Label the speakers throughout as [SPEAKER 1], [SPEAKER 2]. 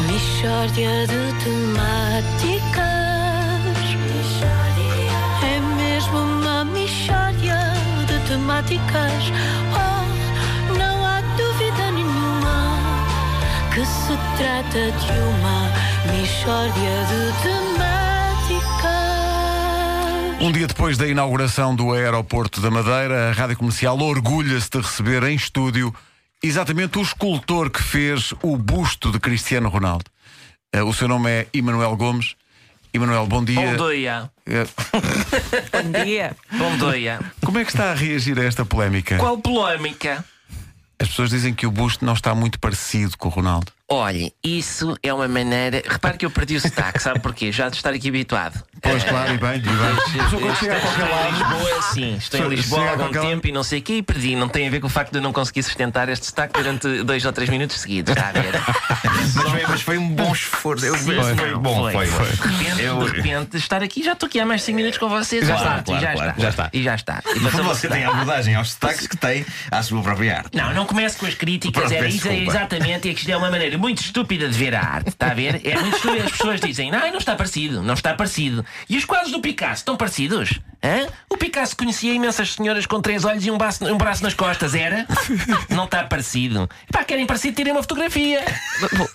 [SPEAKER 1] Mistória de temáticas. É mesmo uma mistória de temáticas. Oh, não há dúvida nenhuma que se trata de uma mistória de temáticas.
[SPEAKER 2] Um dia depois da inauguração do aeroporto da Madeira, a Rádio Comercial orgulha-se de receber em estúdio exatamente o escultor que fez o busto de Cristiano Ronaldo. Eh, o seu nome é Emanuel Gomes. Emanuel, bom dia.
[SPEAKER 3] Bom dia.
[SPEAKER 2] Eh,
[SPEAKER 4] Bom dia.
[SPEAKER 3] Bom dia.
[SPEAKER 2] como é que está a reagir a esta polémica?
[SPEAKER 3] Qual polémica?
[SPEAKER 2] As pessoas dizem que o busto não está muito parecido com o Ronaldo.
[SPEAKER 3] Olhe, isso é uma maneira. Repare que eu perdi o sotaque, sabe porquê? Já de estar aqui habituado.
[SPEAKER 2] Pois, claro, e bem, e bem. A pessoa quando chega a qualquer
[SPEAKER 3] Estou em
[SPEAKER 2] lado.
[SPEAKER 3] Lisboa, sim. Estou em
[SPEAKER 2] Chega
[SPEAKER 3] Lisboa
[SPEAKER 2] a
[SPEAKER 3] há algum
[SPEAKER 2] qualquer lado.
[SPEAKER 3] tempo e não sei o quê e perdi. Não tem a ver com o facto de eu não conseguir sustentar este sotaque durante dois ou três minutos seguidos. Está a ver?
[SPEAKER 5] Mas foi, mas foi um bom esforço. Eu,
[SPEAKER 3] Sim,
[SPEAKER 5] foi,
[SPEAKER 3] não,
[SPEAKER 5] bom, foi.
[SPEAKER 3] De repente,
[SPEAKER 5] Eu-
[SPEAKER 3] de repente, estar aqui, já estou aqui há mais cinco minutos com vocês.
[SPEAKER 5] Já
[SPEAKER 3] Ó,
[SPEAKER 5] está,
[SPEAKER 3] Tato,
[SPEAKER 5] claro,
[SPEAKER 3] já,
[SPEAKER 5] claro,
[SPEAKER 3] está.
[SPEAKER 5] já está.
[SPEAKER 3] E já está. E
[SPEAKER 5] Mas
[SPEAKER 3] passamos
[SPEAKER 5] você
[SPEAKER 3] lá.
[SPEAKER 5] tem abordagem aos destaques que tem à sua própria arte.
[SPEAKER 3] Não, não comece com as críticas,
[SPEAKER 5] Pronto,
[SPEAKER 3] era
[SPEAKER 5] peço
[SPEAKER 3] isso, é
[SPEAKER 5] desculpa.
[SPEAKER 3] exatamente, é que isto é uma maneira muito estúpida de ver a arte, está a ver? É muito estúpida, as pessoas dizem, não, não está parecido, não está parecido. E os quadros do Picasso estão parecidos? Hã? O Picasso conhecia imensas senhoras com três olhos e um braço, um braço nas costas, era? Não está parecido. Pá, querem parecido, tirem uma fotografia.
[SPEAKER 4] Bom,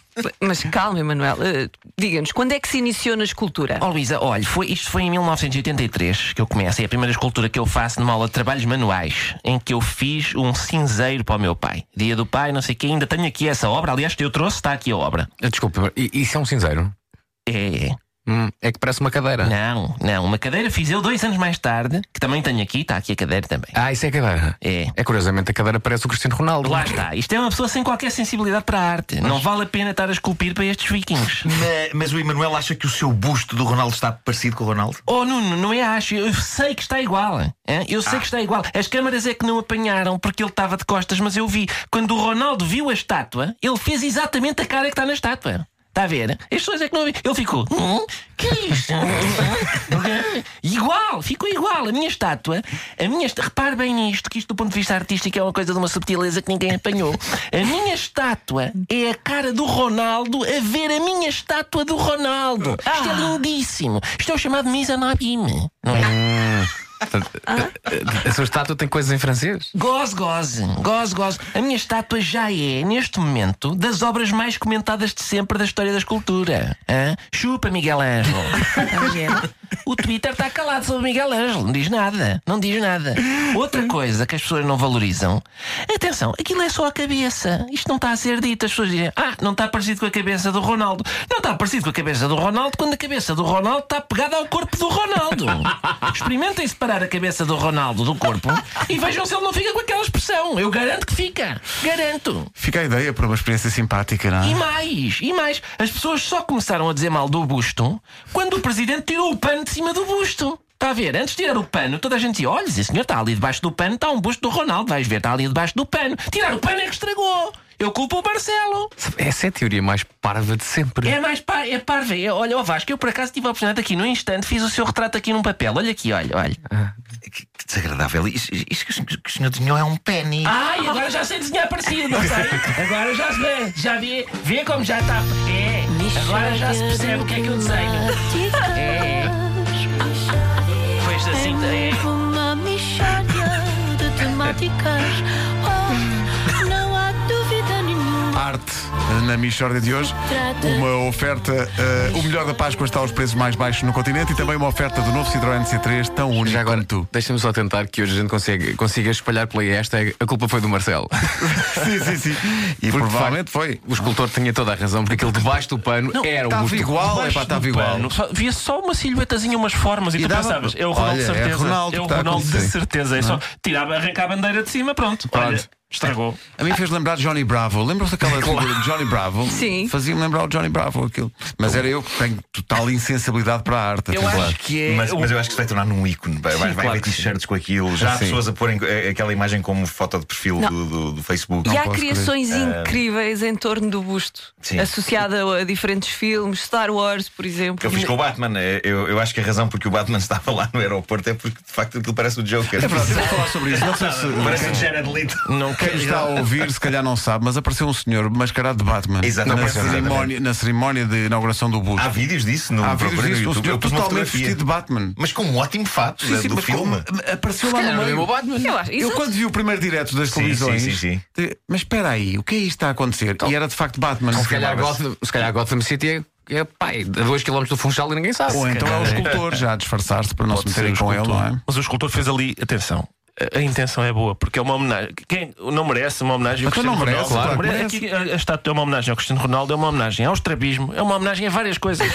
[SPEAKER 4] Mas calma, Emanuel. Eh, Diga-nos, quando é que se iniciou na escultura?
[SPEAKER 5] Oh,
[SPEAKER 3] Ó Oh, Luísa, olha, foi, isto foi em 1983 que eu começo. É a primeira escultura que eu faço numa aula de trabalhos manuais, em que eu fiz um cinzeiro para o meu pai. Dia do pai, não sei o quê, ainda tenho aqui essa obra. Aliás, eu trouxe, está aqui a obra.
[SPEAKER 6] Desculpa, i- isso é um cinzeiro?
[SPEAKER 3] É, é.
[SPEAKER 6] Hum, é que parece uma cadeira.
[SPEAKER 3] Não, não. Uma cadeira fiz eu dois anos mais tarde, que também tenho aqui, está aqui a cadeira também.
[SPEAKER 6] Ah, isso é cadeira.
[SPEAKER 3] É.
[SPEAKER 6] É curiosamente, a cadeira parece o Cristiano Ronaldo.
[SPEAKER 3] Lá está. Isto é uma pessoa sem qualquer sensibilidade para a arte. Não vale a pena estar a esculpir para estes vikings.
[SPEAKER 5] Ma- Mas o Emanuel acha que o seu busto do Ronaldo está parecido com o Ronaldo?
[SPEAKER 3] Oh, Nuno, não é acho. Eu sei que está igual. hein? Eu sei que está igual. As câmaras é que não apanharam porque ele estava de costas, mas eu vi. Quando o Ronaldo viu a estátua, ele fez exatamente a cara que está na estátua. Está a ver? As pessoas é que não vi. Ele ficou. Hum, que é isto? Hum? igual, ficou igual. A minha estátua. A minha est... Repare bem nisto, que isto do ponto de vista artístico é uma coisa de uma subtileza que ninguém apanhou. A minha estátua é a cara do Ronaldo a ver a minha estátua do Ronaldo. Isto é lindíssimo. Isto é o chamado mise en abîme. Não é?
[SPEAKER 6] Portanto, A, a sua estátua tem coisas em francês?
[SPEAKER 3] Goze, goze, goze, goze. A minha estátua já é, neste momento, das obras mais comentadas de sempre da história da escultura. Hã? Chupa, Miguel Ângelo. o Twitter está calado sobre Miguel Ângelo, não diz nada, não diz nada. Outra coisa que as pessoas não valorizam, atenção, aquilo é só a cabeça. Isto não está a ser dito. As pessoas dizem, ah, não está parecido com a cabeça do Ronaldo. Não está parecido com a cabeça do Ronaldo quando a cabeça do Ronaldo está pegada ao corpo do Ronaldo. Experimentem separar a cabeça do Ronaldo do corpo e vejam se ele não fica com aquela expressão. Eu garanto que fica. Garanto.
[SPEAKER 2] Fica a ideia para uma experiência simpática, não
[SPEAKER 3] E
[SPEAKER 2] é?
[SPEAKER 3] mais, e mais, as pessoas só começaram a dizer mal do busto quando o presidente tirou o pano de cima do busto. Está a ver? Antes de tirar o pano, toda a gente dizia: olha, sim, senhor, está ali debaixo do pano, está um busto do Ronaldo, vais ver, está ali debaixo do pano. Tirar o pano é que estragou. Eu culpo o Marcelo.
[SPEAKER 6] Essa é a teoria mais parva de sempre.
[SPEAKER 3] É mais par, é parva. É- Olha, ó Vasco, eu por acaso tive a oportunidade aqui num instante, fiz o seu retrato aqui num papel. Olha aqui, olha, olha.
[SPEAKER 5] É Que, que desagradável. Isso, isso que, o senhor- que o senhor desenhou é um penny.
[SPEAKER 3] Ai, agora já sei desenhar parecido, não sei? Agora já se vê, já vê, vê como já está. É, agora já se percebe o que é que eu desenho. Pois assim, é.
[SPEAKER 1] Uma mistória de temáticas. Oh, não há dúvida nenhuma.
[SPEAKER 2] Arte eh, na Michorda de hoje.
[SPEAKER 1] Trata
[SPEAKER 2] Uma oferta, eh, o melhor da Páscoa está aos preços mais baixos no continente e também uma oferta do novo Citroën C3 tão único
[SPEAKER 6] Já agora,
[SPEAKER 2] como tu.
[SPEAKER 6] deixa-me só tentar que hoje a gente consiga, consiga espalhar pela hashtag a culpa foi do Marcelo.
[SPEAKER 2] sim, sim, sim. E
[SPEAKER 6] Porque, de
[SPEAKER 2] provavelmente
[SPEAKER 6] facto,
[SPEAKER 2] foi.
[SPEAKER 6] O escultor tinha toda a razão, porque aquele debaixo do pano era
[SPEAKER 3] tá
[SPEAKER 6] um o
[SPEAKER 2] estava
[SPEAKER 6] busto.
[SPEAKER 2] igual,
[SPEAKER 6] Debaixo
[SPEAKER 2] epá,
[SPEAKER 6] do
[SPEAKER 2] estava igual.
[SPEAKER 6] pano.
[SPEAKER 3] Mano, só- via só uma silhuetazinha, umas formas, e,
[SPEAKER 2] E
[SPEAKER 3] tu
[SPEAKER 2] dava-
[SPEAKER 3] pensavas, é o Ronaldo
[SPEAKER 2] Olha,
[SPEAKER 3] de
[SPEAKER 2] é
[SPEAKER 3] certeza.
[SPEAKER 2] Ronaldo que
[SPEAKER 3] o
[SPEAKER 2] está a
[SPEAKER 3] Ronaldo de
[SPEAKER 2] acontecer.
[SPEAKER 3] certeza. É só tirava, arrancar a bandeira de cima, pronto. Olha,
[SPEAKER 6] Pronto.
[SPEAKER 3] estragou.
[SPEAKER 2] A mim fez lembrar Johnny Bravo. Lembram-se daquela figura de Johnny Bravo?
[SPEAKER 4] Sim.
[SPEAKER 2] Fazia-me lembrar o Johnny Bravo aquilo. Mas era eu que tenho total insensibilidade para a arte.
[SPEAKER 3] Eu
[SPEAKER 2] atenção.
[SPEAKER 3] acho que é.
[SPEAKER 5] Mas,
[SPEAKER 3] o-
[SPEAKER 5] mas eu acho que se vai tornar num ícone. Vai, vai, vai
[SPEAKER 3] claro
[SPEAKER 5] haver
[SPEAKER 3] que sim.
[SPEAKER 5] t-shirts com aquilo. Já há
[SPEAKER 2] Sim.
[SPEAKER 5] pessoas a porem eh, aquela imagem como foto de perfil
[SPEAKER 4] Não.
[SPEAKER 5] do, do- do Facebook.
[SPEAKER 4] E há
[SPEAKER 2] posso crer.
[SPEAKER 4] criações incríveis em torno do busto,
[SPEAKER 5] Eh, Sim.
[SPEAKER 4] associada a diferentes filmes, Star Wars, por
[SPEAKER 5] Que
[SPEAKER 4] exemplo.
[SPEAKER 5] eu fiz com o Batman. Eh, Eu, eu acho que a razão porque o Batman estava lá no aeroporto é porque de facto aquilo parece o Joker.
[SPEAKER 2] É verdade, eu vou falar sobre isso. Não sei se
[SPEAKER 5] parece o Jared Leto.
[SPEAKER 3] não
[SPEAKER 2] quem
[SPEAKER 3] quero
[SPEAKER 2] está a ouvir, se calhar não sabe, mas apareceu um senhor mascarado de Batman.
[SPEAKER 5] Exatamente,
[SPEAKER 2] Na
[SPEAKER 5] exatamente.
[SPEAKER 2] cerimónia, na cerimónia de inauguração do Busto.
[SPEAKER 5] Há vídeos disso no
[SPEAKER 2] Há vídeos
[SPEAKER 5] procurem no
[SPEAKER 2] disso, um
[SPEAKER 5] YouTube.
[SPEAKER 2] senhor
[SPEAKER 5] Eu pus uma
[SPEAKER 2] totalmente
[SPEAKER 5] fotografia.
[SPEAKER 2] vestido de Batman.
[SPEAKER 5] Mas com um ótimo fato da- do
[SPEAKER 2] mas
[SPEAKER 5] filme.
[SPEAKER 2] como- apareceu lá
[SPEAKER 6] Calhar
[SPEAKER 2] no
[SPEAKER 6] não é
[SPEAKER 2] meio.
[SPEAKER 6] o Batman.
[SPEAKER 4] Eu acho.
[SPEAKER 2] Eu
[SPEAKER 4] exato.
[SPEAKER 2] quando vi o primeiro direto das televisões,
[SPEAKER 5] sim, sim, sim.
[SPEAKER 2] de- mas espera aí, o que é isto que está a acontecer? e era de facto Batman.
[SPEAKER 6] Se
[SPEAKER 3] é
[SPEAKER 6] calhar, Gotham, se calhar Gotham City é, é pai, a 2km do Funchal e ninguém sabe.
[SPEAKER 2] Ou então é o escultor já a disfarçar-se para não se
[SPEAKER 7] Pode ser
[SPEAKER 2] meterem
[SPEAKER 7] o
[SPEAKER 2] com ele,
[SPEAKER 7] escultor.
[SPEAKER 2] não é?
[SPEAKER 7] Mas o escultor fez ali, atenção, a, a intenção é boa, porque é uma homenagem. Quem não merece uma homenagem ao
[SPEAKER 2] Então
[SPEAKER 7] Cristiano
[SPEAKER 2] não merece,
[SPEAKER 7] Ronaldo?
[SPEAKER 2] claro que
[SPEAKER 7] Mere-
[SPEAKER 2] merece.
[SPEAKER 7] aqui a, a estátua é uma homenagem ao Cristiano Ronaldo, é uma homenagem ao estrabismo, é uma homenagem a várias coisas.